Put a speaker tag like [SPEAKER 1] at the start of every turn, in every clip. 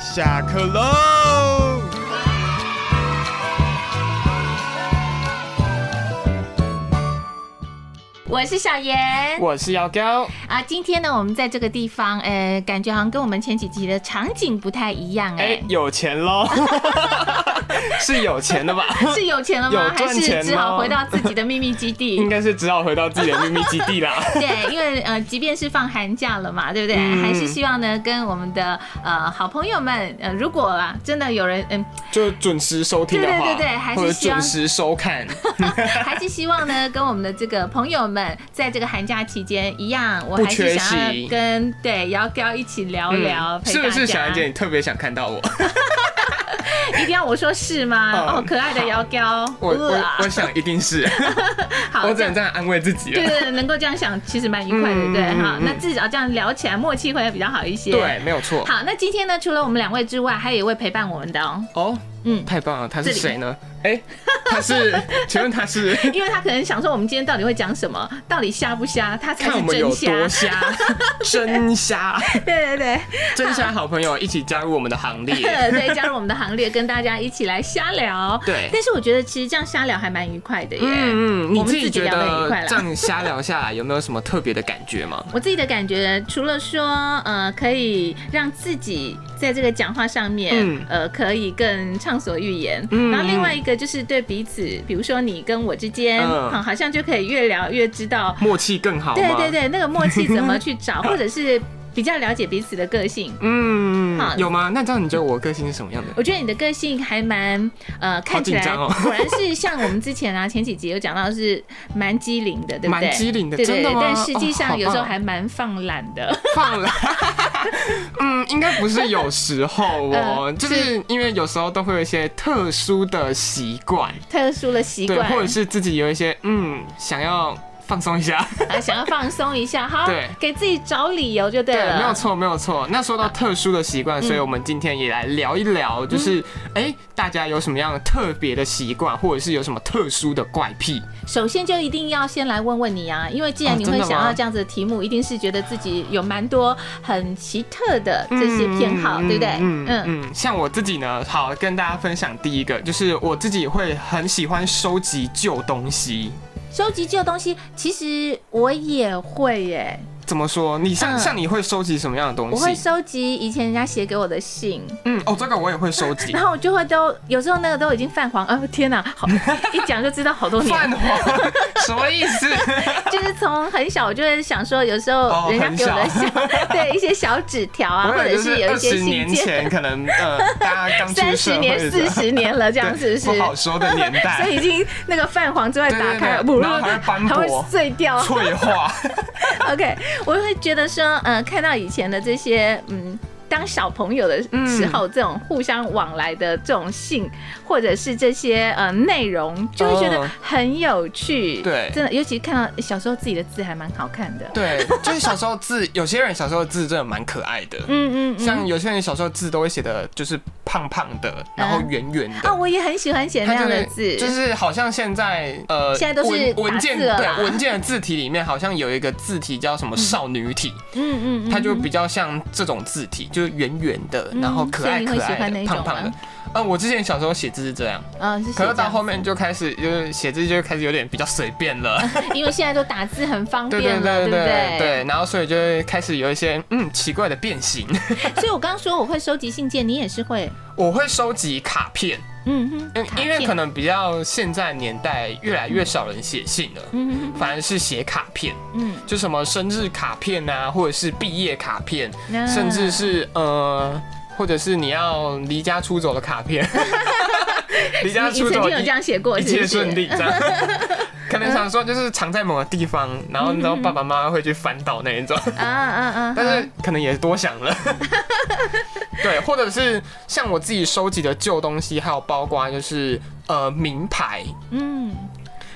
[SPEAKER 1] 下课喽！
[SPEAKER 2] 我是小严
[SPEAKER 3] 我是姚高，
[SPEAKER 2] 啊，今天呢，我们在这个地方，呃，感觉好像跟我们前几集的场景不太一样、
[SPEAKER 3] 哎、有钱喽， 是有钱的吧？
[SPEAKER 2] 哎，是有钱了吗？
[SPEAKER 3] 有
[SPEAKER 2] 还
[SPEAKER 3] 赚钱哦
[SPEAKER 2] 是只好
[SPEAKER 3] 咯
[SPEAKER 2] 回到自己的秘密基地？
[SPEAKER 3] 应该是只好回到自己的秘密基地啦。
[SPEAKER 2] 对，因为呃，即便是放寒假了嘛，对不对？
[SPEAKER 3] 嗯
[SPEAKER 2] 还是希望呢，跟我们的呃好朋友们，呃，如果啊，真的有人， 嗯、
[SPEAKER 3] 就准时收听的话，
[SPEAKER 2] 对对对对还是
[SPEAKER 3] 或者
[SPEAKER 2] 希望
[SPEAKER 3] 准时收看。
[SPEAKER 2] 还是希望呢，跟我们的这个朋友们，在这个寒假期间一样，我
[SPEAKER 3] 不
[SPEAKER 2] 还是
[SPEAKER 3] 缺
[SPEAKER 2] 想
[SPEAKER 3] 席嗯
[SPEAKER 2] 要跟对姚彪一起聊聊，陪
[SPEAKER 3] 是
[SPEAKER 2] 大家。
[SPEAKER 3] 不是小妍姐，你特别想看到我？
[SPEAKER 2] 一定要我说是吗？
[SPEAKER 3] 嗯
[SPEAKER 2] 哦，可爱的姚彪，
[SPEAKER 3] 我我
[SPEAKER 2] 哇
[SPEAKER 3] 我想一定是，
[SPEAKER 2] 啊 好，
[SPEAKER 3] 我只
[SPEAKER 2] 这
[SPEAKER 3] 能
[SPEAKER 2] 样
[SPEAKER 3] 这样安慰自己
[SPEAKER 2] 对
[SPEAKER 3] 了。
[SPEAKER 2] 对对，能够这样想，其实蛮愉快的，
[SPEAKER 3] 嗯
[SPEAKER 2] 对
[SPEAKER 3] 嗯
[SPEAKER 2] 哈。
[SPEAKER 3] 嗯
[SPEAKER 2] 那至少这样聊起来，默契会比较好一些。。
[SPEAKER 3] 对，没有错。
[SPEAKER 2] 好，那今天呢，除了我们两位之外，还有一位陪伴我们的哦，
[SPEAKER 3] 哦，
[SPEAKER 2] 嗯，
[SPEAKER 3] 太棒了，他是
[SPEAKER 2] 这里
[SPEAKER 3] 谁呢？哎、他是， 请问他是
[SPEAKER 2] 因为他可能想说我们今天到底会讲什么，到底瞎不瞎，他才
[SPEAKER 3] 看我
[SPEAKER 2] 是
[SPEAKER 3] 们有
[SPEAKER 2] 真瞎。
[SPEAKER 3] 多瞎， 真瞎，
[SPEAKER 2] 对对对，
[SPEAKER 3] 真瞎好朋友一起加入我们的行列。
[SPEAKER 2] 对，加入我们的行列，跟大家一起来瞎聊。
[SPEAKER 3] 对
[SPEAKER 2] 但是我觉得其实这样瞎聊还蛮愉快的耶。
[SPEAKER 3] 嗯嗯，你
[SPEAKER 2] 我们
[SPEAKER 3] 自
[SPEAKER 2] 自
[SPEAKER 3] 己
[SPEAKER 2] 己
[SPEAKER 3] 觉
[SPEAKER 2] 聊得愉
[SPEAKER 3] 得
[SPEAKER 2] 快啦
[SPEAKER 3] 这样瞎聊下来有没有什么特别的感觉 吗？
[SPEAKER 2] 我自己的感觉，除了说，呃，可以让自己在这个讲话上面，
[SPEAKER 3] 嗯
[SPEAKER 2] 呃，可以更畅所欲言。
[SPEAKER 3] 嗯
[SPEAKER 2] 然后另外一个就是对彼此，比如说你跟我之间，
[SPEAKER 3] 嗯
[SPEAKER 2] 嗯，好像就可以越聊越知道，
[SPEAKER 3] 默契更好吗？
[SPEAKER 2] 对对，对，那个默契怎么去 找，或者是比较了解彼此的个性。
[SPEAKER 3] 嗯
[SPEAKER 2] 好，
[SPEAKER 3] 有吗？那这样你觉得我个性是什么样的？
[SPEAKER 2] 我觉得你的个性还蛮呃，看起来
[SPEAKER 3] 紧张哦
[SPEAKER 2] 果然是像我们之前啊前几集有讲到是蛮机灵的，对不对？
[SPEAKER 3] 蛮机灵的
[SPEAKER 2] 对对
[SPEAKER 3] 真的吗
[SPEAKER 2] 但实际
[SPEAKER 3] 哦好
[SPEAKER 2] 上
[SPEAKER 3] 棒
[SPEAKER 2] 有时候还蛮放懒的，
[SPEAKER 3] 放了， 嗯，应该不是有时候哦
[SPEAKER 2] 呃，
[SPEAKER 3] 就是因为有时候都会有一些特殊的习惯，
[SPEAKER 2] 特殊的习
[SPEAKER 3] 对，
[SPEAKER 2] 惯，
[SPEAKER 3] 或者是自己有一些嗯想要放松一下，
[SPEAKER 2] 啊想要放松一下，好
[SPEAKER 3] 对，
[SPEAKER 2] 给自己找理由就对嗯
[SPEAKER 3] 对，
[SPEAKER 2] 了。
[SPEAKER 3] 没有错，没有错。那说到特殊的习惯，所以我们今天也来聊一
[SPEAKER 2] 嗯
[SPEAKER 3] 聊，就是哎、大家有什么样的特别的习惯，或者是有什么特殊的怪癖？
[SPEAKER 2] 首先就一定要先来问问你啊，因为既然
[SPEAKER 3] 哦
[SPEAKER 2] 你
[SPEAKER 3] 真
[SPEAKER 2] 会
[SPEAKER 3] 的吗
[SPEAKER 2] 想要这样子的题目，一定是觉得自己有蛮多很奇特的这些偏好，
[SPEAKER 3] 嗯
[SPEAKER 2] 对不对？
[SPEAKER 3] 嗯嗯嗯，像我自己呢，好跟大家分享第一个，就是我自己会很喜欢收集旧东西。
[SPEAKER 2] 收集旧东西，其实我也会耶。
[SPEAKER 3] 怎么说？你像、
[SPEAKER 2] 嗯
[SPEAKER 3] 像你会收集什么样的东
[SPEAKER 2] 我会
[SPEAKER 3] 西？
[SPEAKER 2] 收集以前人家写给我的信，
[SPEAKER 3] 嗯，哦，这个我也会收集
[SPEAKER 2] 然。后我就会都有时候那个都已经泛黄，啊天哪， 好一讲就知道好多
[SPEAKER 3] 泛
[SPEAKER 2] 年，
[SPEAKER 3] 黄哦什么意思？
[SPEAKER 2] 就是从很小我就会想说，有时候
[SPEAKER 3] 哦
[SPEAKER 2] 人家
[SPEAKER 3] 很
[SPEAKER 2] 给我的
[SPEAKER 3] 小
[SPEAKER 2] 小 对一些小纸条啊，
[SPEAKER 3] 我
[SPEAKER 2] 或
[SPEAKER 3] 以为
[SPEAKER 2] 者
[SPEAKER 3] 就是
[SPEAKER 2] 有一
[SPEAKER 3] 二
[SPEAKER 2] 些
[SPEAKER 3] 十
[SPEAKER 2] 信
[SPEAKER 3] 年
[SPEAKER 2] 件，
[SPEAKER 3] 前可能呃，大家刚
[SPEAKER 2] 三
[SPEAKER 3] 出
[SPEAKER 2] 十
[SPEAKER 3] 社
[SPEAKER 2] 年、
[SPEAKER 3] 会的
[SPEAKER 2] 四十年了，这样是
[SPEAKER 3] 对
[SPEAKER 2] 不是？
[SPEAKER 3] 不好说的年
[SPEAKER 2] 所以已
[SPEAKER 3] 代，
[SPEAKER 2] 经那个泛黄之外
[SPEAKER 3] 对对
[SPEAKER 2] 打开了，
[SPEAKER 3] 对
[SPEAKER 2] 不
[SPEAKER 3] 然后还会斑
[SPEAKER 2] 还会
[SPEAKER 3] 驳
[SPEAKER 2] 碎掉。
[SPEAKER 3] 脆化。
[SPEAKER 2] OK，我会觉得说，呃，看到以前的这些，嗯。当小朋友的时候，这种互相往来的这种信，或者是这些呃内容，就会觉得
[SPEAKER 3] 嗯
[SPEAKER 2] 很有趣。
[SPEAKER 3] 对
[SPEAKER 2] 真的，尤其看到小时候自己的字还蛮好看的。
[SPEAKER 3] 对，就是小时候字，有些人小时候字真的蛮可爱的，
[SPEAKER 2] 嗯嗯嗯。
[SPEAKER 3] 像有些人小时候字都会写的，就是胖胖的，然后圆圆
[SPEAKER 2] 啊，
[SPEAKER 3] 的。
[SPEAKER 2] 我也很喜欢写那
[SPEAKER 3] 它
[SPEAKER 2] 样
[SPEAKER 3] 就
[SPEAKER 2] 的
[SPEAKER 3] 是
[SPEAKER 2] 字，
[SPEAKER 3] 就是好像现在呃，
[SPEAKER 2] 现在都是
[SPEAKER 3] 文文件
[SPEAKER 2] 打字了啦
[SPEAKER 3] 对文件的字体里面好像有一个字体叫什么少女体，
[SPEAKER 2] 嗯嗯嗯，
[SPEAKER 3] 它就比较像这种字体，就是圆圆的，
[SPEAKER 2] 嗯
[SPEAKER 3] 然后可
[SPEAKER 2] 所
[SPEAKER 3] 爱
[SPEAKER 2] 以你会
[SPEAKER 3] 可
[SPEAKER 2] 喜
[SPEAKER 3] 爱
[SPEAKER 2] 欢哪一
[SPEAKER 3] 的，
[SPEAKER 2] 种
[SPEAKER 3] 胖胖的
[SPEAKER 2] 吗。
[SPEAKER 3] 嗯，我之前小时候写字是这样，
[SPEAKER 2] 嗯，是写
[SPEAKER 3] 可是
[SPEAKER 2] 这
[SPEAKER 3] 到
[SPEAKER 2] 样
[SPEAKER 3] 后面就开始就是写字就开始有点比较随便了。
[SPEAKER 2] 因为现在都打字很方
[SPEAKER 3] 对
[SPEAKER 2] 便了，
[SPEAKER 3] 对
[SPEAKER 2] 不
[SPEAKER 3] 对对，然后所以就会开始有一些嗯奇怪的变形。
[SPEAKER 2] 所以我刚刚说我会收集信件，你也是会，
[SPEAKER 3] 我会收集卡片，
[SPEAKER 2] 嗯哼，
[SPEAKER 3] 因
[SPEAKER 2] 卡
[SPEAKER 3] 因
[SPEAKER 2] 片
[SPEAKER 3] 为可能比较现在年代越来越少人写信了，
[SPEAKER 2] 嗯
[SPEAKER 3] 反而是写卡片，
[SPEAKER 2] 嗯
[SPEAKER 3] 就什么生日卡片啊，或者是毕业卡片，
[SPEAKER 2] 那
[SPEAKER 3] 甚至是呃，或者是你要离家出走的 卡片，离家
[SPEAKER 2] 你你
[SPEAKER 3] 出
[SPEAKER 2] 曾
[SPEAKER 3] 走
[SPEAKER 2] 经有
[SPEAKER 3] 一
[SPEAKER 2] 这样写过，
[SPEAKER 3] 一
[SPEAKER 2] 是不
[SPEAKER 3] 切
[SPEAKER 2] 是
[SPEAKER 3] 顺利，这样。可能想说就是藏在某个地方，然
[SPEAKER 2] 嗯
[SPEAKER 3] 后然后爸爸妈妈会去翻到那一种。
[SPEAKER 2] 啊啊啊！
[SPEAKER 3] 但是可能也多想 了。对，或者是像我自己收集的旧东西，还有包括就是呃名牌，
[SPEAKER 2] 嗯，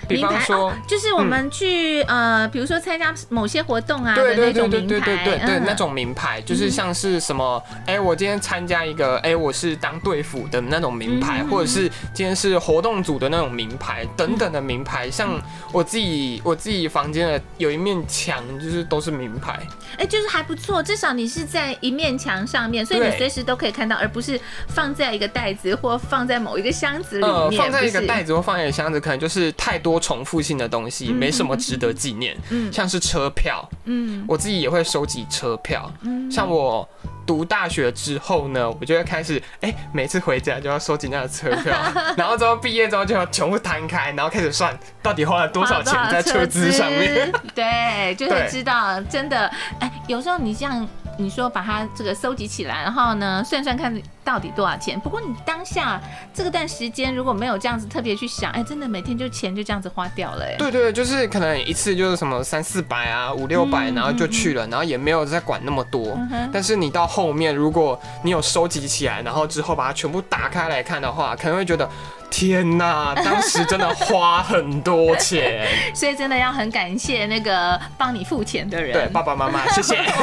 [SPEAKER 3] 比
[SPEAKER 2] 名
[SPEAKER 3] 方
[SPEAKER 2] 牌
[SPEAKER 3] 说
[SPEAKER 2] 哦，
[SPEAKER 3] 嗯
[SPEAKER 2] 就是我们去呃，比如说参加某些活动啊的
[SPEAKER 3] 对
[SPEAKER 2] 那
[SPEAKER 3] 对
[SPEAKER 2] 种
[SPEAKER 3] 对对
[SPEAKER 2] 名
[SPEAKER 3] 对对
[SPEAKER 2] 牌，
[SPEAKER 3] 对对，
[SPEAKER 2] 嗯
[SPEAKER 3] 那种名牌就是像是什么，哎，我今天参加一个，哎，我是当队服的那种名
[SPEAKER 2] 嗯
[SPEAKER 3] 牌，或者是今天是活动组的那种名牌，等等的名
[SPEAKER 2] 嗯
[SPEAKER 3] 牌。像我自己我自己房间的有一面墙就是都是名牌，
[SPEAKER 2] 哎，就是还不错，至少你是在一面墙上面，所以你
[SPEAKER 3] 对
[SPEAKER 2] 随时都可以看到，而不是放在一个袋子或放在某一个箱子里
[SPEAKER 3] 呃，
[SPEAKER 2] 面，
[SPEAKER 3] 放在一
[SPEAKER 2] 不
[SPEAKER 3] 个
[SPEAKER 2] 是
[SPEAKER 3] 袋子或放在一个箱子，可能就是太多重复性的东西，没什么值得纪念。
[SPEAKER 2] 嗯
[SPEAKER 3] 像是车票，
[SPEAKER 2] 嗯
[SPEAKER 3] 我自己也会收集车票。
[SPEAKER 2] 嗯
[SPEAKER 3] 像我读大学之后呢，我就会开始，哎、每次回家就要收集那个车 票，然后之后毕业之后就要全部摊开，然后开始算到底花了多少钱在车资上面。
[SPEAKER 2] 花多少车资，对，就会
[SPEAKER 3] 对
[SPEAKER 2] 知道真的。哎，有时候你这样，你说把它这个搜集起来，然后呢算算看到底多少钱。不过你当下这个段时间如果没有这样子特别去想，哎，真的每天就钱就这样子花掉了，哎。
[SPEAKER 3] 对对，就是可能一次就是什么三四百啊，五六百，然后就去了，然后也没有再管那么多。
[SPEAKER 2] 嗯哼
[SPEAKER 3] 但是你到后面，如果你有收集起来，然后之后把它全部打开来看的话，可能会觉得。天呐，当时真的花很多钱，
[SPEAKER 2] 所以真的要很感谢那个帮你付钱的
[SPEAKER 3] 对
[SPEAKER 2] 人，
[SPEAKER 3] 爸爸妈 妈，谢谢，
[SPEAKER 2] 长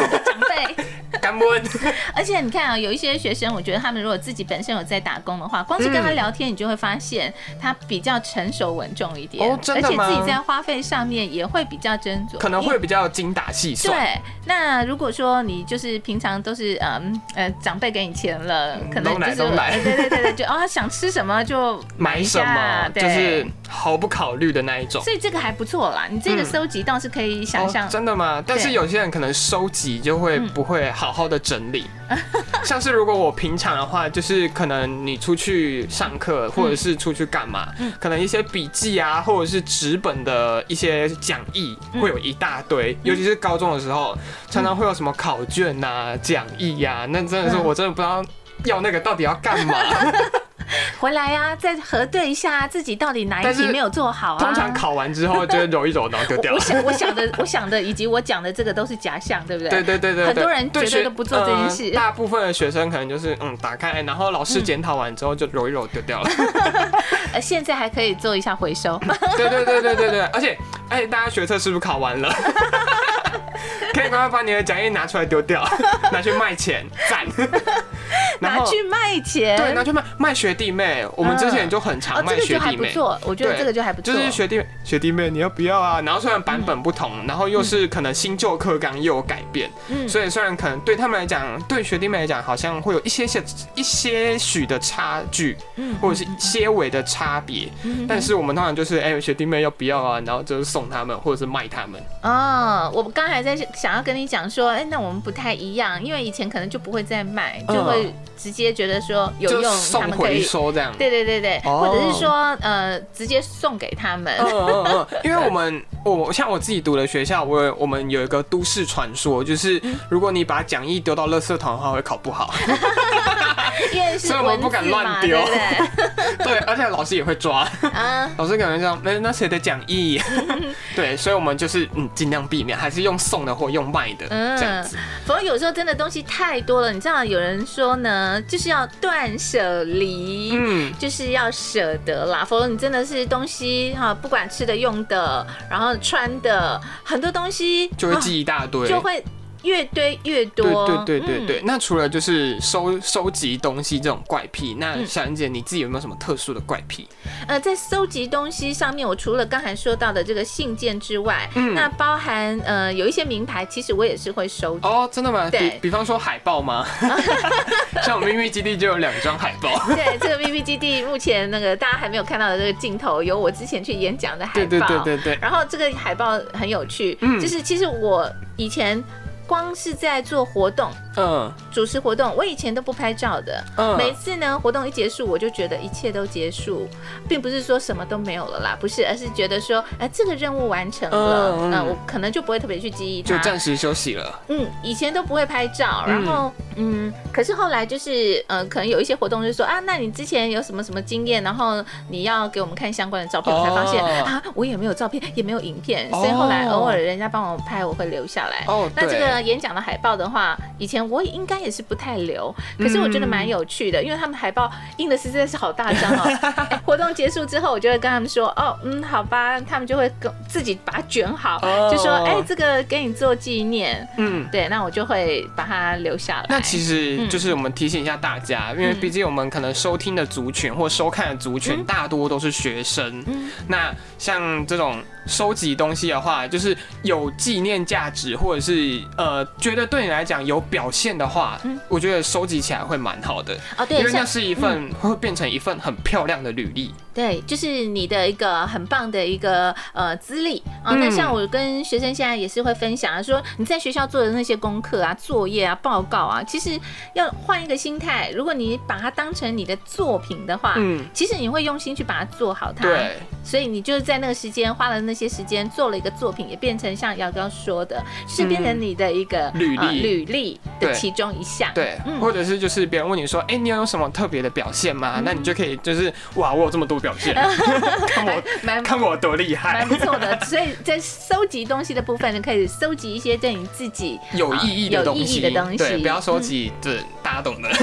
[SPEAKER 2] 辈。
[SPEAKER 3] 感恩。
[SPEAKER 2] 而且你看啊，有一些学生，我觉得他们如果自己本身有在打工的话，光是跟他聊天，你就会发现他比较成熟稳重一点，
[SPEAKER 3] 哦真
[SPEAKER 2] 而
[SPEAKER 3] 的
[SPEAKER 2] 且
[SPEAKER 3] 吗
[SPEAKER 2] 自己在花费上面也会比较斟酌，
[SPEAKER 3] 可能会。比较精打细算。
[SPEAKER 2] 对，那如果说你就是平常都是嗯呃长辈给你钱了，可能
[SPEAKER 3] 嗯都
[SPEAKER 2] 就
[SPEAKER 3] 来
[SPEAKER 2] 是
[SPEAKER 3] 都来
[SPEAKER 2] 对对对对，就哦想吃什么就
[SPEAKER 3] 买
[SPEAKER 2] 一
[SPEAKER 3] 什么
[SPEAKER 2] 下，
[SPEAKER 3] 就
[SPEAKER 2] 对
[SPEAKER 3] 是毫不考虑的那一种。
[SPEAKER 2] 所以这个还不错啦，你这个
[SPEAKER 3] 嗯哦
[SPEAKER 2] 收集倒是可以想象，
[SPEAKER 3] 真的吗？但是
[SPEAKER 2] 对嗯
[SPEAKER 3] 有些人可能收集就会不会好好的整 理，像是如果我平常的话，就是可能你出去上课或者
[SPEAKER 2] 嗯
[SPEAKER 3] 是出去干嘛，可能一些笔记啊，或者是纸本的一些讲义
[SPEAKER 2] 嗯
[SPEAKER 3] 会有一大堆，尤其是高中的时候，常常会有什么考卷呐、讲义呀、那真的是
[SPEAKER 2] 嗯
[SPEAKER 3] 我真的不知道要那个到底要干 嘛。
[SPEAKER 2] 回来呀、再核对一下自己到底哪一
[SPEAKER 3] 但
[SPEAKER 2] 题
[SPEAKER 3] 是
[SPEAKER 2] 没有做好啊。
[SPEAKER 3] 通常考完之后就会揉一揉，然后丢掉
[SPEAKER 2] 我
[SPEAKER 3] 了
[SPEAKER 2] 我。想我想的我想的以及我讲的这个都是假象，对不对？
[SPEAKER 3] 对对对对，
[SPEAKER 2] 很多
[SPEAKER 3] 对
[SPEAKER 2] 人
[SPEAKER 3] 对
[SPEAKER 2] 绝对
[SPEAKER 3] 学
[SPEAKER 2] 都不做这件事
[SPEAKER 3] 呃大部分的学生可能就是嗯，打开，然后老师检讨完之后就揉一揉丢掉了。
[SPEAKER 2] 呃，现在还可以做一下回收，
[SPEAKER 3] 对对对对对对，而且哎，大家学测是不是考 完了？可以赶快把你的讲义拿出来丢掉， 拿去卖钱， 赞。然
[SPEAKER 2] 拿
[SPEAKER 3] 后
[SPEAKER 2] 去卖钱。
[SPEAKER 3] 对，拿去卖卖学弟妹。我们之前就很
[SPEAKER 2] 哦
[SPEAKER 3] 常，卖
[SPEAKER 2] 这个
[SPEAKER 3] 学
[SPEAKER 2] 就还
[SPEAKER 3] 弟
[SPEAKER 2] 不
[SPEAKER 3] 妹。
[SPEAKER 2] 错，我觉得
[SPEAKER 3] 对
[SPEAKER 2] 这个就还不错。
[SPEAKER 3] 就是学弟学弟妹，你要不要啊？然后虽然版本不同，然后又是可能新旧课纲又有改变，
[SPEAKER 2] 嗯
[SPEAKER 3] 所以虽然可能对他们来讲，对学弟妹来讲，好像会有一些些一些许的差距，
[SPEAKER 2] 嗯
[SPEAKER 3] 或者是些微的差别，但是我们通常就是哎、学弟妹要不要啊？然后就是送他们或者是卖他们，
[SPEAKER 2] 哦，我刚才在想要跟你讲说，哎，那我们不太一样，因为以前可能就不会再卖，就
[SPEAKER 3] 嗯
[SPEAKER 2] 会直接觉得说有
[SPEAKER 3] 就
[SPEAKER 2] 用，他
[SPEAKER 3] 送
[SPEAKER 2] 们可
[SPEAKER 3] 回
[SPEAKER 2] 以。
[SPEAKER 3] 收这样。
[SPEAKER 2] 对对对对，
[SPEAKER 3] 哦
[SPEAKER 2] 或者是说呃，直接送给他们。
[SPEAKER 3] 嗯嗯嗯，因为我们我像我自己读的学校，我有我们有一个都市传说，就是
[SPEAKER 2] 嗯
[SPEAKER 3] 如果你把讲义丢到垃圾桶的话，会考 不好。
[SPEAKER 2] 因为是
[SPEAKER 3] 所以我们
[SPEAKER 2] 文
[SPEAKER 3] 不
[SPEAKER 2] 字
[SPEAKER 3] 敢
[SPEAKER 2] 嘛，
[SPEAKER 3] 乱
[SPEAKER 2] 对
[SPEAKER 3] 丢
[SPEAKER 2] 不对？
[SPEAKER 3] 对，而且老师也会抓，
[SPEAKER 2] 啊，
[SPEAKER 3] 老师可能这样，哎那那谁的讲义？ 对，所以我们就是嗯，尽量避免，还是用送的或用卖的
[SPEAKER 2] 嗯
[SPEAKER 3] 这样子。
[SPEAKER 2] 不过有时候真的东西太多了，你知道有人说呢，就是要断舍离。
[SPEAKER 3] 嗯，
[SPEAKER 2] 就是要舍得啦，否则你真的是东西哈、不管吃的、用的，然后穿的，很多东西
[SPEAKER 3] 就会
[SPEAKER 2] 啊
[SPEAKER 3] 记一大堆。
[SPEAKER 2] 就会越堆越
[SPEAKER 3] 对
[SPEAKER 2] 多。
[SPEAKER 3] 对对对
[SPEAKER 2] 嗯
[SPEAKER 3] 对，那除了就是收收集东西这种怪癖，那
[SPEAKER 2] 嗯
[SPEAKER 3] 小玲姐你自己有没有什么特殊的怪癖？
[SPEAKER 2] 呃，在搜集东西上面，我除了刚才说到的这个信件之外，
[SPEAKER 3] 嗯
[SPEAKER 2] 那包含呃有一些名牌，其实我也是会收集。
[SPEAKER 3] 哦，真的吗？
[SPEAKER 2] 对
[SPEAKER 3] 比比方说海报 吗？像我们秘密基地就有两张海报。
[SPEAKER 2] 对，这个 V V G D 目前那个大家还没有看到的这个镜头，有我之前去演讲的海报。
[SPEAKER 3] 对对对对对，
[SPEAKER 2] 然后这个海报很有趣，
[SPEAKER 3] 嗯
[SPEAKER 2] 就是其实我以前光是在做活动。
[SPEAKER 3] 嗯
[SPEAKER 2] 主持活动，我以前都不拍照的。每
[SPEAKER 3] 嗯，
[SPEAKER 2] 次呢，活动一结束，我就觉得一切都结束，并不是说什么都没有了啦，不是，而是觉得说，哎、这个任务完成了，
[SPEAKER 3] 嗯嗯
[SPEAKER 2] 呃，我可能就不会特别去记忆它。
[SPEAKER 3] 就暂时休息了。
[SPEAKER 2] 嗯，以前都不会拍照，然后嗯，可是后来就是，呃，可能有一些活动就是说啊，那你之前有什么什么经验，然后你要给我们看相关的照片，我才发现、
[SPEAKER 3] 哦
[SPEAKER 2] 啊，我也没有照片，也没有影片，
[SPEAKER 3] 哦
[SPEAKER 2] 所以后来偶尔人家帮我拍，我会留下来。
[SPEAKER 3] 哦，
[SPEAKER 2] 那这
[SPEAKER 3] 对
[SPEAKER 2] 个演讲的海报的话，以前我应该也是不太留，可是我觉得蛮有趣的，因为他们海报印的实在是好大张 哦。哎活动结束之后，我就会跟他们说，哦，嗯，好吧，他们就会跟自己把它卷好，
[SPEAKER 3] 哦
[SPEAKER 2] 就说，哎，这个给你做纪念。
[SPEAKER 3] 嗯。
[SPEAKER 2] 对，那我就会把它留下来。嗯
[SPEAKER 3] 那其实就是我们提醒一下大家，因为毕竟我们可能收听的族群或收看的族群大多都是学生。
[SPEAKER 2] 嗯
[SPEAKER 3] 那像这种收集东西的话，就是有纪念价值，或者是呃，觉得对你来讲有表现的话，
[SPEAKER 2] 嗯
[SPEAKER 3] 我觉得收集起来会蛮好的，
[SPEAKER 2] 哦，
[SPEAKER 3] 因
[SPEAKER 2] 对，
[SPEAKER 3] 为那
[SPEAKER 2] 像嗯
[SPEAKER 3] 是一份、会变成一份很漂亮的履历。
[SPEAKER 2] 对，就是你的一个很棒的一个呃资历啊。那
[SPEAKER 3] 嗯
[SPEAKER 2] 像我跟学生现在也是会分享啊，说你在学校做的那些功课啊、作业啊、报告啊，其实要换一个心态，如果你把它当成你的作品的话。
[SPEAKER 3] 嗯，
[SPEAKER 2] 其实你会用心去把它做好它，
[SPEAKER 3] 对，
[SPEAKER 2] 所以你就是在那个时间花了那些时间做了一个作品，也变成像姚刚说的，就是变成你的一个、
[SPEAKER 3] 嗯履
[SPEAKER 2] 呃
[SPEAKER 3] 历
[SPEAKER 2] 履历的
[SPEAKER 3] 对
[SPEAKER 2] 其中一项。
[SPEAKER 3] 对，
[SPEAKER 2] 嗯
[SPEAKER 3] 或者是就是别人问你说，哎、你有什么特别的表现吗？
[SPEAKER 2] 嗯
[SPEAKER 3] 那你就可以就是哇，我有这么多表 现，看我
[SPEAKER 2] 蛮
[SPEAKER 3] 看我多厉害
[SPEAKER 2] 蛮，不错 的。所以在收集东西的部分，你可以收集一些对你自己
[SPEAKER 3] 有意义的
[SPEAKER 2] 有
[SPEAKER 3] 东
[SPEAKER 2] 意义
[SPEAKER 3] 西，
[SPEAKER 2] 的东西嗯
[SPEAKER 3] 对，不要收集，对，大家懂的。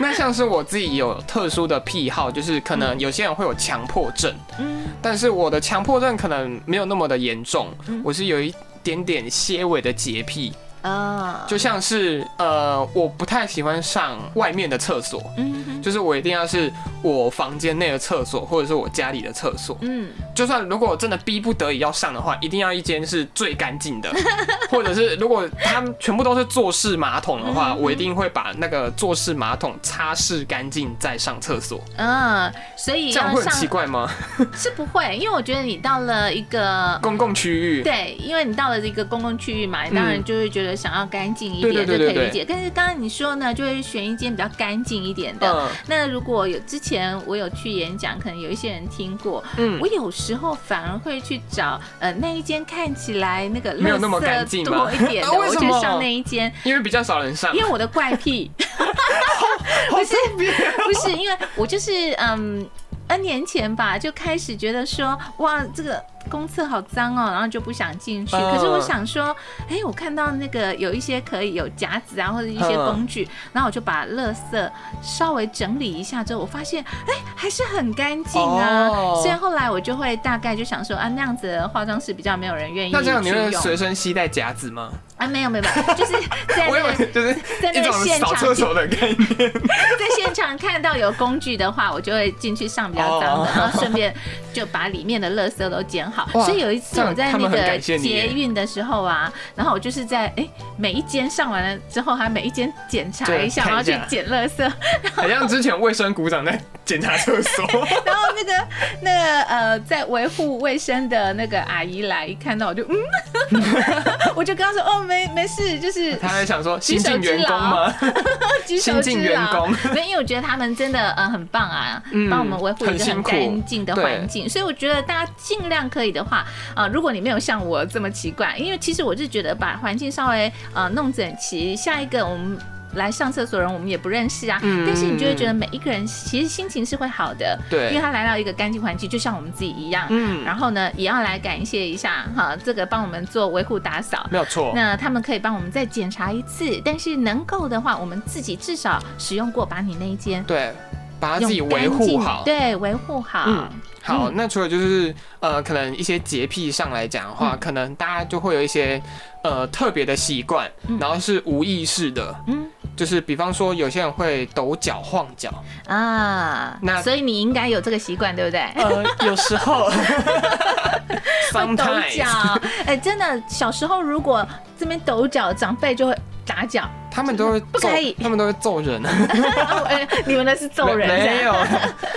[SPEAKER 3] 那像是我自己有特殊的癖好，就是可能有些人会有强迫症，
[SPEAKER 2] 嗯
[SPEAKER 3] 但是我的强迫症可能没有那么的严重，
[SPEAKER 2] 嗯
[SPEAKER 3] 我是有一点点些微的洁癖，
[SPEAKER 2] 啊，
[SPEAKER 3] 就像是呃，我不太喜欢上外面的厕所，
[SPEAKER 2] 嗯哼
[SPEAKER 3] 就是我一定要是我房间内的厕所，或者是我家里的厕所。
[SPEAKER 2] 嗯
[SPEAKER 3] 就算如果我真的逼不得已要上的话，一定要一间是最干净的， 或者是如果他们全部都是坐式马桶的
[SPEAKER 2] 嗯
[SPEAKER 3] 话，我一定会把那个坐式马桶擦拭干净再上厕所。
[SPEAKER 2] 啊，所以
[SPEAKER 3] 这样
[SPEAKER 2] 要
[SPEAKER 3] 会很
[SPEAKER 2] 上嗯
[SPEAKER 3] 奇怪吗？
[SPEAKER 2] 是不会，因为我觉得你到了一个。
[SPEAKER 3] 公共区域，
[SPEAKER 2] 对，因为你到了这个公共区域嘛，你当然就会觉得想要干净一点，
[SPEAKER 3] 嗯对对对
[SPEAKER 2] 这可以
[SPEAKER 3] 对
[SPEAKER 2] 理解。但是刚刚你说呢，就会选一间比较干净一点的。
[SPEAKER 3] 嗯
[SPEAKER 2] 那如果有之前我有去演讲，可能有一些人听过，
[SPEAKER 3] 嗯
[SPEAKER 2] 我有时候反而会去找呃那一间看起来那个
[SPEAKER 3] 没有那么
[SPEAKER 2] 垃圾
[SPEAKER 3] 干净吗
[SPEAKER 2] 多一点的，
[SPEAKER 3] 啊为
[SPEAKER 2] 我
[SPEAKER 3] 什
[SPEAKER 2] 就
[SPEAKER 3] 么
[SPEAKER 2] 上那一间，
[SPEAKER 3] 因为比较少人上，
[SPEAKER 2] 因为我的怪癖，
[SPEAKER 3] 好特别啊。
[SPEAKER 2] 不是因为我就是嗯。N 年前吧，就开始觉得说，哇，这个公厕好脏哦，然后就不想进去。
[SPEAKER 3] 嗯
[SPEAKER 2] 可是我想说，哎、我看到那个有一些可以有夹子啊，或者一些
[SPEAKER 3] 嗯
[SPEAKER 2] 工具，然后我就把垃圾稍微整理一下之后，我发现，哎、还是很干净啊。
[SPEAKER 3] 哦
[SPEAKER 2] 所以后来我就会大概就想说，啊，那样子的化妆室比较没有人愿意去
[SPEAKER 3] 那这样你会
[SPEAKER 2] 用。
[SPEAKER 3] 随身携带夹子吗？
[SPEAKER 2] 啊，没有没有，没有就是在
[SPEAKER 3] 我以
[SPEAKER 2] 那个
[SPEAKER 3] 为就是
[SPEAKER 2] 在
[SPEAKER 3] 一
[SPEAKER 2] 那
[SPEAKER 3] 种
[SPEAKER 2] 个现
[SPEAKER 3] 扫
[SPEAKER 2] 场
[SPEAKER 3] 厕所的概念。
[SPEAKER 2] 在现场看到有工具的话，我就会进去上比较脏
[SPEAKER 3] 哦
[SPEAKER 2] 的，然后顺便就把里面的垃圾都捡好。
[SPEAKER 3] 哇
[SPEAKER 2] 所以有一次我在
[SPEAKER 3] 这样他
[SPEAKER 2] 那
[SPEAKER 3] 们很
[SPEAKER 2] 个
[SPEAKER 3] 感谢你
[SPEAKER 2] 捷运的时候啊，然后我就是在哎、每一间上完了之后，还每一间检查
[SPEAKER 3] 对
[SPEAKER 2] 一下，
[SPEAKER 3] 看
[SPEAKER 2] 然
[SPEAKER 3] 一
[SPEAKER 2] 后去
[SPEAKER 3] 下
[SPEAKER 2] 捡垃圾。 哦
[SPEAKER 3] 好像之前卫生股长在检查厕所，
[SPEAKER 2] 然后那个那个呃，在维护卫生的那个阿姨来一看到我就嗯， 我就跟她说哦没没事，就是
[SPEAKER 3] 他还想说
[SPEAKER 2] 举
[SPEAKER 3] 新
[SPEAKER 2] 手
[SPEAKER 3] 进
[SPEAKER 2] 之
[SPEAKER 3] 员工
[SPEAKER 2] 劳
[SPEAKER 3] 吗？
[SPEAKER 2] 举手
[SPEAKER 3] 新
[SPEAKER 2] 之
[SPEAKER 3] 进员
[SPEAKER 2] 劳
[SPEAKER 3] 工，
[SPEAKER 2] 没有，因为我觉得他们真的呃很棒啊
[SPEAKER 3] 嗯，
[SPEAKER 2] 帮我们维护一
[SPEAKER 3] 很
[SPEAKER 2] 个
[SPEAKER 3] 辛
[SPEAKER 2] 很
[SPEAKER 3] 苦
[SPEAKER 2] 干净的环境，所以我觉得大家尽量可以的话，啊，如果你没有像我这么奇怪，因为其实我是觉得把环境稍微呃弄整齐，下一个我们。来上厕所的人我们也不认识啊，
[SPEAKER 3] 嗯
[SPEAKER 2] 但是你就会觉得每一个人其实心情是会好的，
[SPEAKER 3] 对
[SPEAKER 2] 因为他来到一个干净环境，就像我们自己一样，
[SPEAKER 3] 嗯
[SPEAKER 2] 然后呢也要来感谢一下哈，这个帮我们做维护打扫，
[SPEAKER 3] 没有错。
[SPEAKER 2] 那他们可以帮我们再检查一次，但是能够的话，我们自己至少使用过，把你那一间
[SPEAKER 3] 对，把自己
[SPEAKER 2] 用
[SPEAKER 3] 维
[SPEAKER 2] 干
[SPEAKER 3] 护
[SPEAKER 2] 净，
[SPEAKER 3] 好。
[SPEAKER 2] 对，维护好。
[SPEAKER 3] 嗯，好，那除了就是呃，可能一些洁癖上来讲的话，
[SPEAKER 2] 嗯
[SPEAKER 3] 可能大家就会有一些呃特别的习惯，
[SPEAKER 2] 嗯
[SPEAKER 3] 然后是无意识的，
[SPEAKER 2] 嗯
[SPEAKER 3] 就是比方说有些人会抖脚晃脚，
[SPEAKER 2] 啊，
[SPEAKER 3] 那
[SPEAKER 2] 所以你应该有这个习惯，对不 对？
[SPEAKER 3] 呃，有时候
[SPEAKER 2] 会抖脚
[SPEAKER 3] sometimes，
[SPEAKER 2] 哎，真的，小时候如果这边抖脚，长辈就会打 脚。
[SPEAKER 3] 他们都会
[SPEAKER 2] 不
[SPEAKER 3] 揍
[SPEAKER 2] 可以
[SPEAKER 3] 他们都会揍人，
[SPEAKER 2] 哦哎，你们那是揍人嗯
[SPEAKER 3] 没没
[SPEAKER 2] 的，
[SPEAKER 3] 有，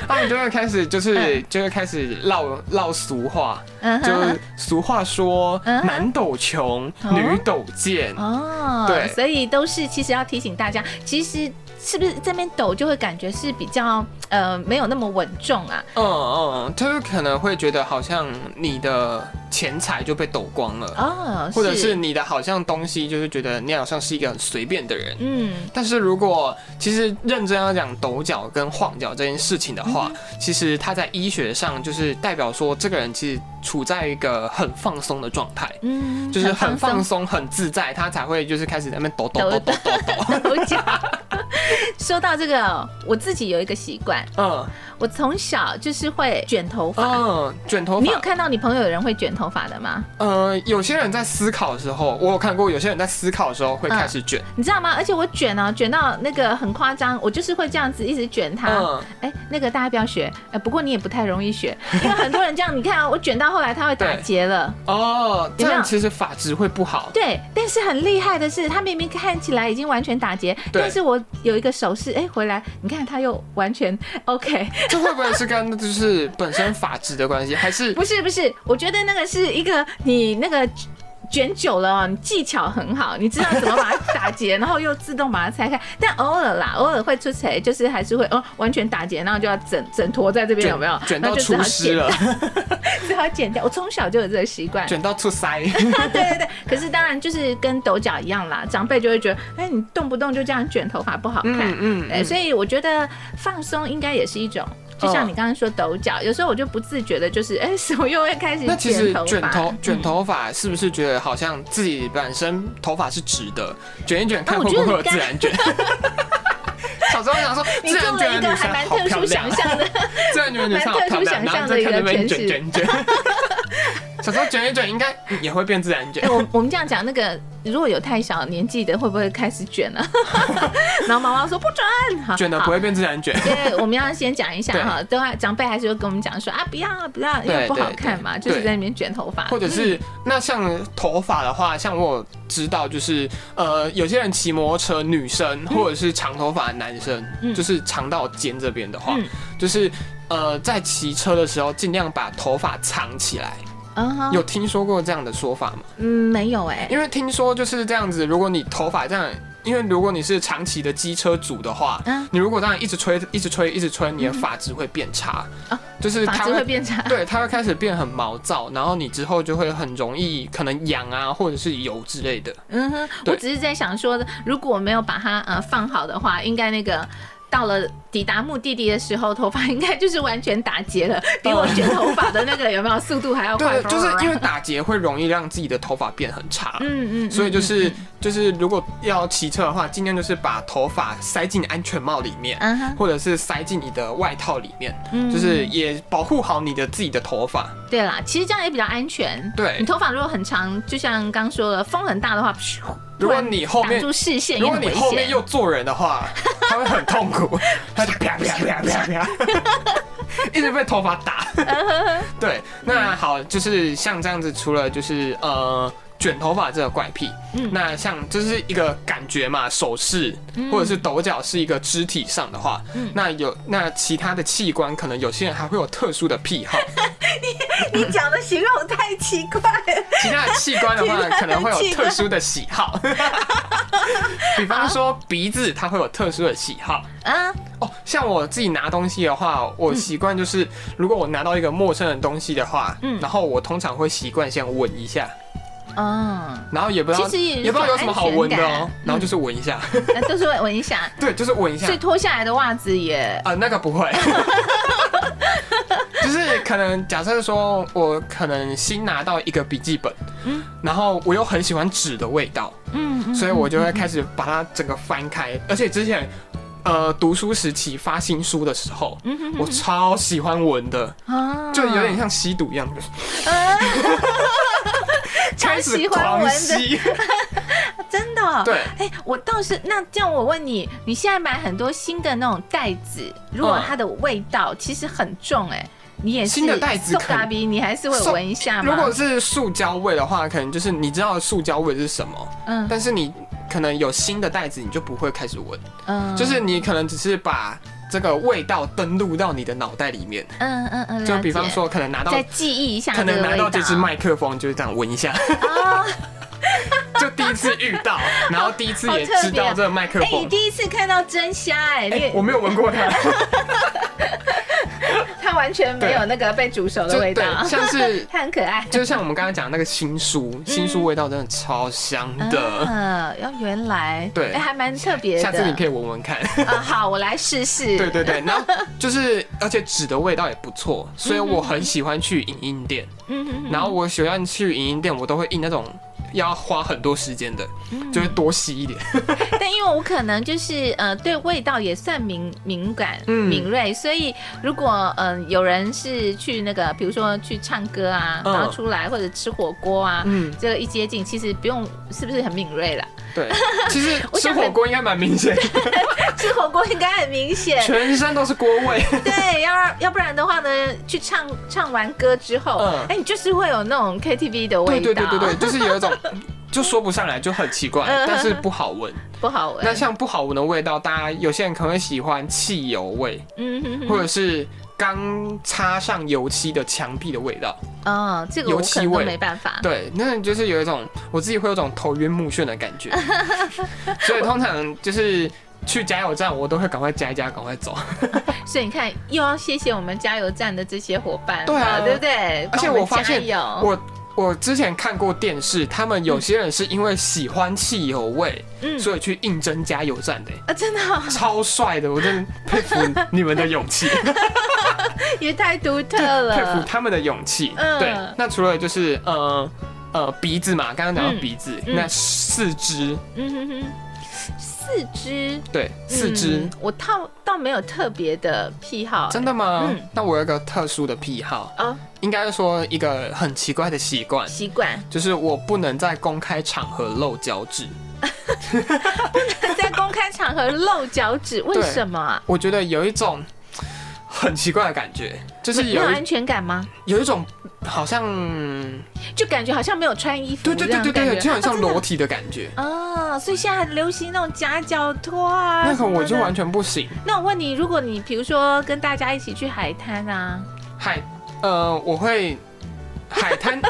[SPEAKER 3] 他们就会开始就是就会开始唠唠俗话，
[SPEAKER 2] 嗯
[SPEAKER 3] 就
[SPEAKER 2] 哼
[SPEAKER 3] 是俗话说
[SPEAKER 2] 嗯哼
[SPEAKER 3] 男抖穷，
[SPEAKER 2] 哦
[SPEAKER 3] 女抖贱，
[SPEAKER 2] 哦，
[SPEAKER 3] 对
[SPEAKER 2] 所以都是其实要提醒大家，其实。是不是这边抖就会感觉是比较呃没有那么稳重啊？
[SPEAKER 3] 嗯嗯，就是可能会觉得好像你的钱财就被抖光了，
[SPEAKER 2] 哦，
[SPEAKER 3] 或者是你的好像东西，就是觉得你好像是一个很随便的人。
[SPEAKER 2] 嗯
[SPEAKER 3] 但是如果其实认真要讲抖脚跟晃脚这件事情的话，
[SPEAKER 2] 嗯
[SPEAKER 3] 其实它在医学上就是代表说这个人其实处在一个很放松的状态。
[SPEAKER 2] 嗯，
[SPEAKER 3] 就是很
[SPEAKER 2] 很
[SPEAKER 3] 放松、很自在，他才会就是开始在那边抖抖抖抖抖抖。
[SPEAKER 2] 抖脚。 说到这个，我自己有一个习惯，
[SPEAKER 3] 嗯
[SPEAKER 2] 我从小就是会卷头发。
[SPEAKER 3] 嗯，卷头
[SPEAKER 2] 你有
[SPEAKER 3] 发。
[SPEAKER 2] 看到你朋友有人会卷头发的吗？
[SPEAKER 3] 呃，有些人在思考的时候，我有看过，有些人在思考的时候会开始卷。
[SPEAKER 2] 你知道吗？而且我卷哦，卷到那个很夸张，我就是会这样子一直卷它。
[SPEAKER 3] 嗯，
[SPEAKER 2] 哎、那个大家不要学，哎、不过你也不太容易 学，因为很多人这样，你看啊，我卷到后来它会打
[SPEAKER 3] 对
[SPEAKER 2] 结了。
[SPEAKER 3] 哦，这
[SPEAKER 2] 有没有
[SPEAKER 3] 样其实发质会不好。
[SPEAKER 2] 对，但是很厉害的是，它明明看起来已经完全打结，
[SPEAKER 3] 对
[SPEAKER 2] 但是我有一个手势，哎、回来你看它又完全 OK。
[SPEAKER 3] 这会不会是跟就是本身发质的关系，还是
[SPEAKER 2] 不是不是，我觉得那个是一个你那个。卷久了哦，你技巧很好，你知道怎么把它打结， 然后又自动把它拆开。但偶尔啦，偶尔会出彩，就是还是会哦完全打结，然后就要整整坨在这边，
[SPEAKER 3] 卷
[SPEAKER 2] 有没有？
[SPEAKER 3] 卷
[SPEAKER 2] 那
[SPEAKER 3] 到
[SPEAKER 2] 就只
[SPEAKER 3] 出
[SPEAKER 2] 好
[SPEAKER 3] 师
[SPEAKER 2] 剪，
[SPEAKER 3] 了，
[SPEAKER 2] 只好剪掉。我从小就有这个习惯。 啊
[SPEAKER 3] 卷到出 塞？
[SPEAKER 2] 对对对，可是当然就是跟抖脚一样啦，长辈就会觉得，哎，你动不动就这样卷头发不好看。
[SPEAKER 3] 嗯
[SPEAKER 2] 对，哎所以我觉得放松应该也是一种，就
[SPEAKER 3] 哦
[SPEAKER 2] 像你刚刚说抖脚，有时候我就不自觉的，就是哎手又会开始
[SPEAKER 3] 那其实
[SPEAKER 2] 卷头
[SPEAKER 3] 卷
[SPEAKER 2] 发。
[SPEAKER 3] 头卷头发是不是觉得好像自己本身头发是直的，卷一卷看
[SPEAKER 2] 啊我
[SPEAKER 3] 会
[SPEAKER 2] 觉得
[SPEAKER 3] 不会有
[SPEAKER 2] 很
[SPEAKER 3] 自
[SPEAKER 2] 干
[SPEAKER 3] 然卷？小时候想说，
[SPEAKER 2] 你
[SPEAKER 3] 自
[SPEAKER 2] 做
[SPEAKER 3] 然
[SPEAKER 2] 了
[SPEAKER 3] 卷
[SPEAKER 2] 一
[SPEAKER 3] 的
[SPEAKER 2] 个
[SPEAKER 3] 女
[SPEAKER 2] 还
[SPEAKER 3] 生
[SPEAKER 2] 蛮
[SPEAKER 3] 好
[SPEAKER 2] 特
[SPEAKER 3] 漂
[SPEAKER 2] 殊
[SPEAKER 3] 亮啊
[SPEAKER 2] 想，象的，
[SPEAKER 3] 自然卷的女生好漂亮，然后再看那边卷卷卷。 小时候卷一卷应该也会变自然卷
[SPEAKER 2] 哎，， 我我们这样讲，那个如果有太小年纪的，会不会开始卷了？ 然后妈妈说不准，好
[SPEAKER 3] 卷的不。
[SPEAKER 2] 好
[SPEAKER 3] 会变自然卷。
[SPEAKER 2] 因为我们要先讲一下
[SPEAKER 3] 对
[SPEAKER 2] 哈，都要长辈还是会跟我们讲说啊，不要啊不要，因为
[SPEAKER 3] 对
[SPEAKER 2] 不好
[SPEAKER 3] 对
[SPEAKER 2] 看嘛，
[SPEAKER 3] 对
[SPEAKER 2] 就是
[SPEAKER 3] 对
[SPEAKER 2] 在那边卷头发，
[SPEAKER 3] 或者是那像头发的话，像我有知道就是呃，有些人骑摩托车，女生或者是长头发的男生，
[SPEAKER 2] 嗯
[SPEAKER 3] 就是长到肩这边的话，
[SPEAKER 2] 嗯
[SPEAKER 3] 就是呃，在骑车的时候尽量把头发藏起来。
[SPEAKER 2] 嗯哼
[SPEAKER 3] 有听说过这样的说法吗？
[SPEAKER 2] 嗯，没有哎、
[SPEAKER 3] 因为听说就是这样子，如果你头发这样，因为如果你是长期的机车族的话，
[SPEAKER 2] 嗯
[SPEAKER 3] 你如果这样一直吹、一直吹、一直吹，你的发质会变差，
[SPEAKER 2] 啊
[SPEAKER 3] 就是
[SPEAKER 2] 发
[SPEAKER 3] 它
[SPEAKER 2] 质会变差。
[SPEAKER 3] 对，它会开始变很毛躁，然后你之后就会很容易可能痒啊，或者是油之类的。
[SPEAKER 2] 嗯哼，
[SPEAKER 3] 对
[SPEAKER 2] 我只是在想说，如果没有把它呃放好的话，应该那个。到了抵达目的地的时候，头发应该就是完全打结了，比我卷头发的那个有没有速度还要快
[SPEAKER 3] 对，？就是因为打结会容易让自己的头发变很差。
[SPEAKER 2] 嗯嗯嗯，
[SPEAKER 3] 所以就
[SPEAKER 2] 嗯
[SPEAKER 3] 是就是，如果要骑车的话，尽量就是把头发塞进安全帽里面，
[SPEAKER 2] 嗯哼，
[SPEAKER 3] 或者是塞进你的外套里面，
[SPEAKER 2] 嗯
[SPEAKER 3] 就是也保护好你的自己的头发。
[SPEAKER 2] 对啦，其实这样也比较安全。
[SPEAKER 3] 对
[SPEAKER 2] 你头发如果很长，就像刚说了，风很大的话，噗
[SPEAKER 3] 如果你后
[SPEAKER 2] 突然
[SPEAKER 3] 面
[SPEAKER 2] 挡住视线
[SPEAKER 3] 如
[SPEAKER 2] 也
[SPEAKER 3] 果
[SPEAKER 2] 很
[SPEAKER 3] 你
[SPEAKER 2] 危
[SPEAKER 3] 后面
[SPEAKER 2] 险。
[SPEAKER 3] 又坐人 的话，他会很痛苦，他就啪啪啪啪啪， 一直被头发打。
[SPEAKER 2] 嗯
[SPEAKER 3] 对，那好，就是像这样子，除了就是呃。卷头发这个怪癖，
[SPEAKER 2] 嗯
[SPEAKER 3] 那像这是一个感觉嘛，手势或者是抖脚是一个肢体上的话，
[SPEAKER 2] 嗯
[SPEAKER 3] 那有那其他的器官，可能有些人还会有特殊的癖好，
[SPEAKER 2] 你讲的形容太奇 怪了。
[SPEAKER 3] 其他的器官 的
[SPEAKER 2] 其
[SPEAKER 3] 话
[SPEAKER 2] 他的
[SPEAKER 3] 可能会有
[SPEAKER 2] 器官
[SPEAKER 3] 特殊的喜好， 比方说鼻子，它会有特殊的喜好，
[SPEAKER 2] 啊，
[SPEAKER 3] 哦，像我自己拿东西的话，我习惯就是，如果我拿到一个陌生的东西的话，
[SPEAKER 2] 嗯
[SPEAKER 3] 然后我通常会习惯先闻一下，
[SPEAKER 2] 嗯，
[SPEAKER 3] 然后也不知道
[SPEAKER 2] 其实也是
[SPEAKER 3] 也不知道有什么好闻的
[SPEAKER 2] 一种安
[SPEAKER 3] 哦
[SPEAKER 2] 全感，
[SPEAKER 3] 然后就是闻一下，
[SPEAKER 2] 那都是闻一下，
[SPEAKER 3] 对，就是闻一下
[SPEAKER 2] 所以，脱下来的袜子也
[SPEAKER 3] 啊、那个不会。 就是可能假设说，我可能新拿到一个笔记本，
[SPEAKER 2] 嗯
[SPEAKER 3] 然后我又很喜欢纸的味道，
[SPEAKER 2] 嗯，嗯
[SPEAKER 3] 所以我就会开始把它整个翻开，而且之前，呃，读书时期发新书的时候，
[SPEAKER 2] 嗯哼
[SPEAKER 3] 我超喜欢闻的，
[SPEAKER 2] 啊
[SPEAKER 3] 就 有点像吸毒一样，
[SPEAKER 2] 超喜欢闻的，
[SPEAKER 3] 吸。
[SPEAKER 2] 真的哦。
[SPEAKER 3] 对，
[SPEAKER 2] 哎，我倒是那这样，我问你，你现在买很多新的那种袋子，如果
[SPEAKER 3] 嗯
[SPEAKER 2] 它的味道其实很重，哎，你也是
[SPEAKER 3] 新的袋子
[SPEAKER 2] 送
[SPEAKER 3] 可
[SPEAKER 2] 咖比，你还是会闻一下吗？
[SPEAKER 3] 如果是塑胶味的话，可能就是你知道塑胶味是什么，
[SPEAKER 2] 嗯
[SPEAKER 3] 但是你可能有新的袋子，你就不会开始闻，
[SPEAKER 2] 嗯，
[SPEAKER 3] 就是你可能只是把这个味道登录到你的脑袋里面，
[SPEAKER 2] 嗯嗯嗯，
[SPEAKER 3] 就
[SPEAKER 2] 了
[SPEAKER 3] 比方
[SPEAKER 2] 解
[SPEAKER 3] 说可能拿到
[SPEAKER 2] 再记忆一下
[SPEAKER 3] 可
[SPEAKER 2] 这
[SPEAKER 3] 能
[SPEAKER 2] 个
[SPEAKER 3] 拿
[SPEAKER 2] 味
[SPEAKER 3] 到
[SPEAKER 2] 道，哦
[SPEAKER 3] 这支麦克风就是这样闻一下，就第第一次遇到，然后第一次
[SPEAKER 2] 好
[SPEAKER 3] 也
[SPEAKER 2] 特
[SPEAKER 3] 知
[SPEAKER 2] 别
[SPEAKER 3] 道
[SPEAKER 2] 哦
[SPEAKER 3] 这个麦克
[SPEAKER 2] 哎、
[SPEAKER 3] 风
[SPEAKER 2] 你。第一次看到真虾哎、
[SPEAKER 3] 哎、
[SPEAKER 2] 你、
[SPEAKER 3] 我没有闻 过它，
[SPEAKER 2] 它完全没有那个被煮熟的
[SPEAKER 3] 就
[SPEAKER 2] 味
[SPEAKER 3] 对
[SPEAKER 2] 道，，
[SPEAKER 3] 像 是
[SPEAKER 2] 它很可爱。
[SPEAKER 3] 就像我们刚刚讲的那个新书，新书味道真的超香的，
[SPEAKER 2] 嗯，要原来
[SPEAKER 3] 对
[SPEAKER 2] 哎还蛮特别的。
[SPEAKER 3] 下次你可以闻闻 看。
[SPEAKER 2] 啊、好，我来试试。
[SPEAKER 3] 对对对，然后就是，而且纸的味道也不错，所以我很喜欢去影印店。
[SPEAKER 2] 嗯哼哼
[SPEAKER 3] 然后我喜欢去影印店，我都会印那种要花很多时间的，
[SPEAKER 2] 嗯
[SPEAKER 3] 就会多吸一点。
[SPEAKER 2] 但因为我可能就是呃对味道也算敏敏感、
[SPEAKER 3] 嗯
[SPEAKER 2] 敏锐，所以如果嗯、呃有人是去那个，比如说去唱歌啊，
[SPEAKER 3] 嗯
[SPEAKER 2] 然后出来或者吃火锅啊，
[SPEAKER 3] 嗯，
[SPEAKER 2] 这个一接近，其实不用是不是很敏锐了？
[SPEAKER 3] 对。其实
[SPEAKER 2] 我
[SPEAKER 3] 吃
[SPEAKER 2] 想
[SPEAKER 3] 火锅应该蛮明显，
[SPEAKER 2] 吃火锅应该很明显，
[SPEAKER 3] 全身都是锅味。
[SPEAKER 2] 对，要要不然的话呢，去唱唱完歌之后，哎、
[SPEAKER 3] 嗯
[SPEAKER 2] 你就是会有那种 KTV 的 味
[SPEAKER 3] 对
[SPEAKER 2] 道，啊
[SPEAKER 3] 对对对对，就是 有一种。就说不上来，就很奇怪，
[SPEAKER 2] 嗯
[SPEAKER 3] 但是不好闻。
[SPEAKER 2] 不好闻。
[SPEAKER 3] 那像不好闻的味道，大家有些人可能会喜欢汽油味，
[SPEAKER 2] 嗯哼哼
[SPEAKER 3] 或者是刚擦上油漆的墙壁的味道。
[SPEAKER 2] 哦，这个
[SPEAKER 3] 油
[SPEAKER 2] 我
[SPEAKER 3] 漆
[SPEAKER 2] 可能都
[SPEAKER 3] 味
[SPEAKER 2] 没办法。
[SPEAKER 3] 对，那就是有一种我自己会有种头晕目眩的感 觉，所以通常就是去加油站，我都会赶快加一加，赶快走。
[SPEAKER 2] 所以你看，又要谢谢我们加油站的这些伙伴了，
[SPEAKER 3] 对啊
[SPEAKER 2] 对不对？
[SPEAKER 3] 而且
[SPEAKER 2] 帮
[SPEAKER 3] 我
[SPEAKER 2] 们
[SPEAKER 3] 发现
[SPEAKER 2] 加油
[SPEAKER 3] 我我之前看过电视，他们有些人是因为喜欢汽油味，
[SPEAKER 2] 嗯
[SPEAKER 3] 所以去应征加油站的、
[SPEAKER 2] 啊，真的 哦、
[SPEAKER 3] 超帅的，我真的佩服你们的勇 气，
[SPEAKER 2] 也太独特
[SPEAKER 3] 佩服
[SPEAKER 2] 了。
[SPEAKER 3] 他们的勇气。
[SPEAKER 2] 嗯
[SPEAKER 3] 对，那除了就是呃呃鼻子嘛，刚刚
[SPEAKER 2] 嗯
[SPEAKER 3] 讲到鼻子，
[SPEAKER 2] 嗯
[SPEAKER 3] 那四肢
[SPEAKER 2] 嗯哼哼，四肢，
[SPEAKER 3] 对四肢、
[SPEAKER 2] 嗯我倒倒没有特别的癖好、
[SPEAKER 3] 真的吗？
[SPEAKER 2] 嗯
[SPEAKER 3] 那我有一个特殊的癖好，
[SPEAKER 2] 哦，
[SPEAKER 3] 应该说一个很奇怪的习惯，
[SPEAKER 2] 习惯
[SPEAKER 3] 就是我不能在公开场合露脚趾。
[SPEAKER 2] 在公开场合露脚趾，为
[SPEAKER 3] 对
[SPEAKER 2] 什么啊？
[SPEAKER 3] 我觉得有一种很奇怪的感觉，就是
[SPEAKER 2] 没有
[SPEAKER 3] 有
[SPEAKER 2] 安
[SPEAKER 3] 一
[SPEAKER 2] 全感吗？
[SPEAKER 3] 有一种好像
[SPEAKER 2] 就感觉好像没有穿衣服，
[SPEAKER 3] 对对对对对，就很像
[SPEAKER 2] 裸
[SPEAKER 3] 裸体的感觉。
[SPEAKER 2] 啊、所以现在很流行那种夹脚拖 啊。
[SPEAKER 3] 那个我就
[SPEAKER 2] 什么的
[SPEAKER 3] 完全不行。
[SPEAKER 2] 那我问你，如果你比如说跟大家一起去海滩啊，
[SPEAKER 3] 海呃，我会海 滩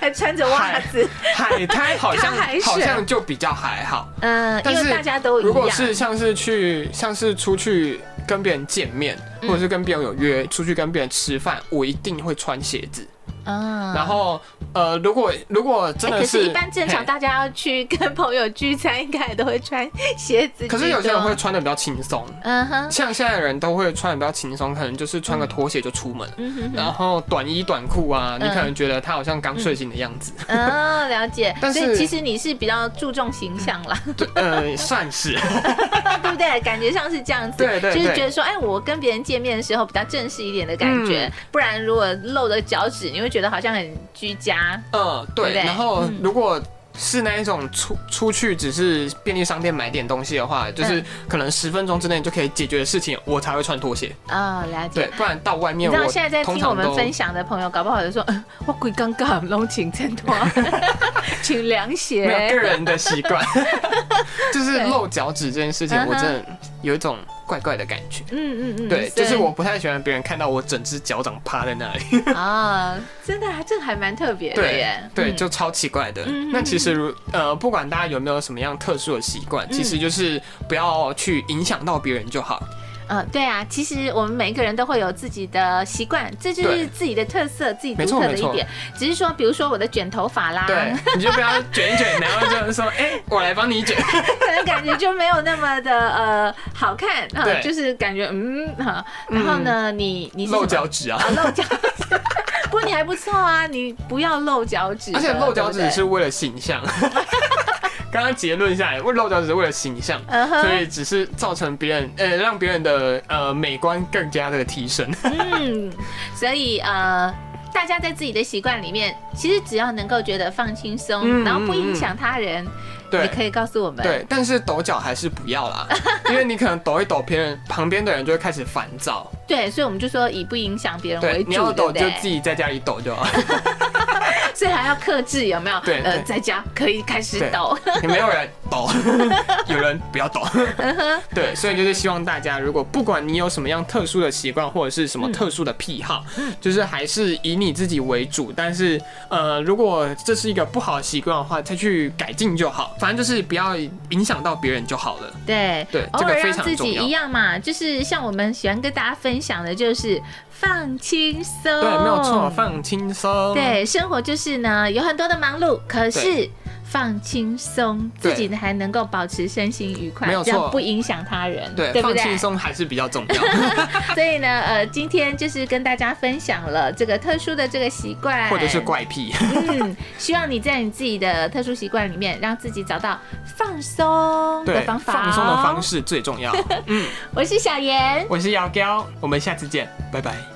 [SPEAKER 2] 还穿着袜子，
[SPEAKER 3] 海滩好像
[SPEAKER 2] 看海水
[SPEAKER 3] 好像就比较还好。
[SPEAKER 2] 嗯，因
[SPEAKER 3] 但
[SPEAKER 2] 为
[SPEAKER 3] 是
[SPEAKER 2] 大家都一
[SPEAKER 3] 如果
[SPEAKER 2] 样，
[SPEAKER 3] 是像是去像是出去跟别人见面，
[SPEAKER 2] 嗯
[SPEAKER 3] 或者是跟别人有约出去跟别人吃饭，我一定会穿鞋子。
[SPEAKER 2] 嗯，
[SPEAKER 3] 然后呃，如果如果
[SPEAKER 2] 哎。
[SPEAKER 3] 真的
[SPEAKER 2] 可
[SPEAKER 3] 是，
[SPEAKER 2] 是，一般正常
[SPEAKER 3] 嘿
[SPEAKER 2] 大家要去跟朋友聚餐，应该都会穿鞋子。
[SPEAKER 3] 可是有些人会，穿的比较轻松，
[SPEAKER 2] 嗯哼，
[SPEAKER 3] 像现在的人都会穿的比较轻松，可能就是穿个拖鞋就出门。
[SPEAKER 2] 嗯哼哼，
[SPEAKER 3] 然后短衣短裤啊，你
[SPEAKER 2] 嗯
[SPEAKER 3] 可能觉得他好像刚睡醒的样子，
[SPEAKER 2] 嗯，了解。
[SPEAKER 3] 但
[SPEAKER 2] 所
[SPEAKER 3] 是
[SPEAKER 2] 以其实你是比较注重形象啦，
[SPEAKER 3] 对，呃，算是
[SPEAKER 2] 对不对？感觉上是这样子，
[SPEAKER 3] 对对
[SPEAKER 2] 就是
[SPEAKER 3] 对
[SPEAKER 2] 觉得说，哎，我跟别人见面的时候比较正式一点的感
[SPEAKER 3] 嗯
[SPEAKER 2] 觉，不然如果露着脚趾，你会觉得好像很居家。
[SPEAKER 3] 嗯，
[SPEAKER 2] 对不
[SPEAKER 3] 对。
[SPEAKER 2] 对
[SPEAKER 3] 然后
[SPEAKER 2] 嗯
[SPEAKER 3] 如果是那一种出出去只是便利商店买点东西的话，就是
[SPEAKER 2] 嗯
[SPEAKER 3] 可能十分钟之内就可以解决的事情，我才会穿拖鞋。
[SPEAKER 2] 哦，了解
[SPEAKER 3] 对，。不然到外
[SPEAKER 2] 你
[SPEAKER 3] 面
[SPEAKER 2] 知道
[SPEAKER 3] 我
[SPEAKER 2] 现在在
[SPEAKER 3] 通
[SPEAKER 2] 听我
[SPEAKER 3] 常
[SPEAKER 2] 们
[SPEAKER 3] 都
[SPEAKER 2] 分享的朋友，搞不好就说，呃、我鬼尴尬，拢请衬 托， 请凉
[SPEAKER 3] 没有个
[SPEAKER 2] 鞋。
[SPEAKER 3] 人的习 惯，就是露脚趾这件事情
[SPEAKER 2] 嗯，哼
[SPEAKER 3] 我真的有一种怪怪的感觉。
[SPEAKER 2] 嗯嗯嗯，
[SPEAKER 3] 对，就是我不太喜欢别人看到我整只脚掌趴在那里，
[SPEAKER 2] 啊、真的、啊，这还蛮特别的
[SPEAKER 3] 对
[SPEAKER 2] 耶。
[SPEAKER 3] 对，
[SPEAKER 2] 嗯
[SPEAKER 3] 就超奇怪的
[SPEAKER 2] 嗯。
[SPEAKER 3] 那其实如呃，不管大家有没有什么样特殊的习惯，其实就是不要去影响到别人就好。
[SPEAKER 2] 嗯，对啊，其实我们每一个人都会有自己的习惯，这就是
[SPEAKER 3] 对
[SPEAKER 2] 自己的特色，自己独
[SPEAKER 3] 没错
[SPEAKER 2] 特的
[SPEAKER 3] 没
[SPEAKER 2] 一
[SPEAKER 3] 错
[SPEAKER 2] 点。只是说，比如说我的卷头发啦，
[SPEAKER 3] 对，你就不要卷一卷，然后就是说， 哎，我来帮你卷。
[SPEAKER 2] 可能感觉就没有那么的呃好看哈、
[SPEAKER 3] 对
[SPEAKER 2] 就是感觉嗯哈、然后呢，你你是
[SPEAKER 3] 露
[SPEAKER 2] 什么
[SPEAKER 3] 脚趾啊
[SPEAKER 2] 啊，，露脚趾。不过你还不错啊，你不要露脚趾的，
[SPEAKER 3] 而且露脚
[SPEAKER 2] 对
[SPEAKER 3] 趾
[SPEAKER 2] 不对
[SPEAKER 3] 是为了形象。 刚刚结论下来，为露脚趾是为了形象。
[SPEAKER 2] 嗯哼
[SPEAKER 3] 所以只是造成别人，呃，让别人的呃美观更加的 提升。
[SPEAKER 2] 嗯，所以呃，大家在自己的习惯里面，其实只要能够觉得放轻松，
[SPEAKER 3] 嗯
[SPEAKER 2] 然后不影响他人，你
[SPEAKER 3] 对
[SPEAKER 2] 可以告诉我们。
[SPEAKER 3] 对，但是抖脚还是不 要啦，因为你可能抖一抖，别人旁边的人就会开始烦躁。
[SPEAKER 2] 对所以我们就说以不影响别人为
[SPEAKER 3] 对，
[SPEAKER 2] 主，
[SPEAKER 3] 你要
[SPEAKER 2] 对
[SPEAKER 3] 抖
[SPEAKER 2] 不
[SPEAKER 3] 就
[SPEAKER 2] 对？
[SPEAKER 3] 自己在家里抖就好，
[SPEAKER 2] 所以还要克制，有没有？
[SPEAKER 3] 对
[SPEAKER 2] 呃，
[SPEAKER 3] 对
[SPEAKER 2] 在家可以开始
[SPEAKER 3] 对
[SPEAKER 2] 抖。
[SPEAKER 3] 你没有人抖。抖，有人不要抖。
[SPEAKER 2] 嗯
[SPEAKER 3] 对，所以就是希望大家，如果不管你有什么样特殊的习惯或者是什么
[SPEAKER 2] 嗯
[SPEAKER 3] 特殊的癖好，就是还是以你自己为主。但是呃，如果这是一个不好的习惯的话，再去改进就好。反正就是不要影响到别人就好了。
[SPEAKER 2] 对
[SPEAKER 3] 对
[SPEAKER 2] 偶
[SPEAKER 3] 这个
[SPEAKER 2] 尔
[SPEAKER 3] 非
[SPEAKER 2] 让
[SPEAKER 3] 常
[SPEAKER 2] 自
[SPEAKER 3] 重
[SPEAKER 2] 己
[SPEAKER 3] 要
[SPEAKER 2] 一样嘛，就是像我们喜欢跟大家分享的，就是放轻松。
[SPEAKER 3] 对，没有错，放轻松。
[SPEAKER 2] 哦对，生活就是呢，有很多的忙碌，可是
[SPEAKER 3] 哦对
[SPEAKER 2] 放轻松，
[SPEAKER 3] 对
[SPEAKER 2] 自己还能够保持身心愉快，
[SPEAKER 3] 没有
[SPEAKER 2] 这样
[SPEAKER 3] 错
[SPEAKER 2] 不影响他人，
[SPEAKER 3] 对，
[SPEAKER 2] 对不
[SPEAKER 3] 放
[SPEAKER 2] 对？
[SPEAKER 3] 轻松还是比较重 要。
[SPEAKER 2] 所以呢，呃，今天就是跟大家分享了这个特殊的这个习惯，
[SPEAKER 3] 或者是怪癖，
[SPEAKER 2] 嗯，希望你在你自己的特殊习惯里面，让自己找到放松的
[SPEAKER 3] 对，
[SPEAKER 2] 方法，
[SPEAKER 3] 放松的方。式最重要。
[SPEAKER 2] 我是小妍，
[SPEAKER 3] 我是姚彪，我们下次见，拜拜。